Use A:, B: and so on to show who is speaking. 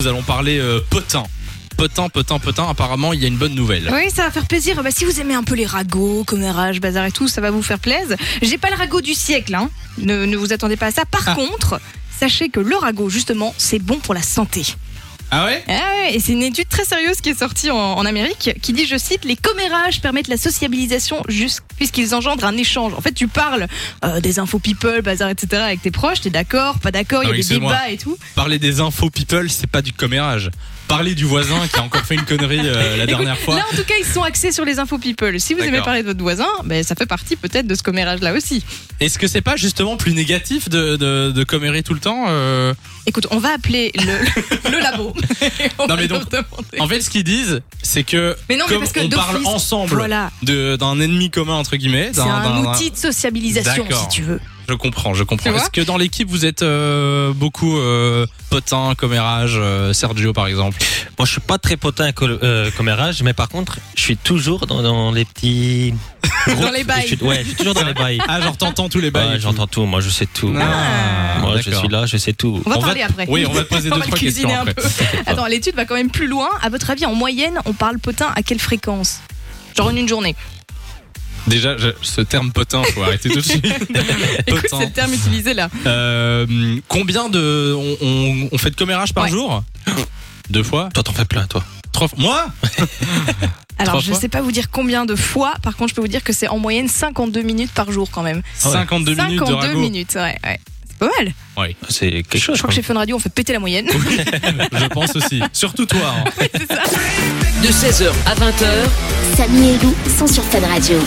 A: Nous allons parler euh, potin. Potin, potin, potin. Apparemment, il y a une bonne nouvelle.
B: Oui, ça va faire plaisir. Bah, si vous aimez un peu les ragots, commérages, bazar et tout, ça va vous faire plaisir. J'ai pas le ragot du siècle, hein. ne, ne vous attendez pas à ça. Par
A: Ah.
B: contre, sachez que le ragot, justement, c'est bon pour la santé.
A: Ah ouais
B: Ah ouais, et c'est une étude très sérieuse qui est sortie en, en Amérique qui dit, je cite, les commérages permettent la sociabilisation jus- puisqu'ils engendrent un échange. En fait, tu parles euh, des infos people, bazar, etc. avec tes proches, t'es d'accord, pas d'accord, il
A: Ah oui,
B: y a des
A: excuse-moi.
B: débats et tout.
A: Parler des infos people, c'est pas du commérage. Parler du voisin qui a encore fait une connerie euh, la
B: Écoute,
A: dernière fois.
B: Là, en tout cas, ils sont axés sur les infos people. Si vous aimez
A: D'accord.
B: parler de votre voisin, ben, ça fait partie peut-être de ce commérage-là aussi.
A: Est-ce que c'est pas justement plus négatif de, de, de commérer tout le temps euh
B: Écoute, on va appeler le, le labo. Et on
A: Non,
B: va
A: mais
B: leur
A: donc,
B: demander.
A: En fait, ce qu'ils disent, c'est que
B: Mais non, mais
A: comme
B: parce que
A: on parle
B: d'office,
A: ensemble
B: Voilà,
A: de- d'un ennemi commun, entre guillemets,
B: c'est
A: d'un-
B: un
A: d'un-
B: outil de sociabilisation,
A: D'accord.
B: si tu veux.
A: Je comprends, je comprends.
B: Tu vois
A: Est-ce que dans l'équipe, vous êtes euh, beaucoup euh, potin, commérage, euh, Sergio par exemple
C: Moi, je suis pas très potin col- euh, commérage, mais par contre, je suis toujours dans, dans les petits.
B: Dans les
C: Je
B: bails.
C: suis, ouais, je suis toujours dans les bails.
A: Ah, genre t'entends tous les bails.
C: Ouais,
A: et tout.
C: J'entends tout, moi, je sais tout.
A: Ah,
C: moi, je
A: d'accord.
C: suis là, je sais tout.
B: On va
A: On va
B: parler
A: te-
B: après.
A: Oui, on va te poser
B: On
A: deux,
B: va le
A: trois questions
B: cuisiner un
A: après.
B: peu. Attends, l'étude va quand même plus loin. À votre avis, en moyenne, on parle potin à quelle fréquence Genre en une journée.
A: Déjà, je- ce terme potin, faut arrêter tout de suite.
B: Écoute,
A: Potin.
B: c'est le terme utilisé là.
A: Euh, combien de. On, on- on fait de commérage par
B: Ouais.
A: jour Deux fois
C: Toi, t'en fais plein, toi.
A: Trois fois Moi
B: Alors,
A: Trois
B: je
A: fois
B: sais pas vous dire combien de fois. Par contre, je peux vous dire que c'est en moyenne 52 minutes par jour quand même.
A: 52 minutes de
B: 52
A: ragot.
B: minutes, ouais, ouais. C'est pas mal.
C: C'est quelque chose.
B: Je crois que
C: quoi.
B: chez Fun Radio, on fait péter la moyenne.
A: Je pense aussi. Surtout toi. hein.
D: de 16h à 20h.
E: Samy et Lou sont sur Fun Radio.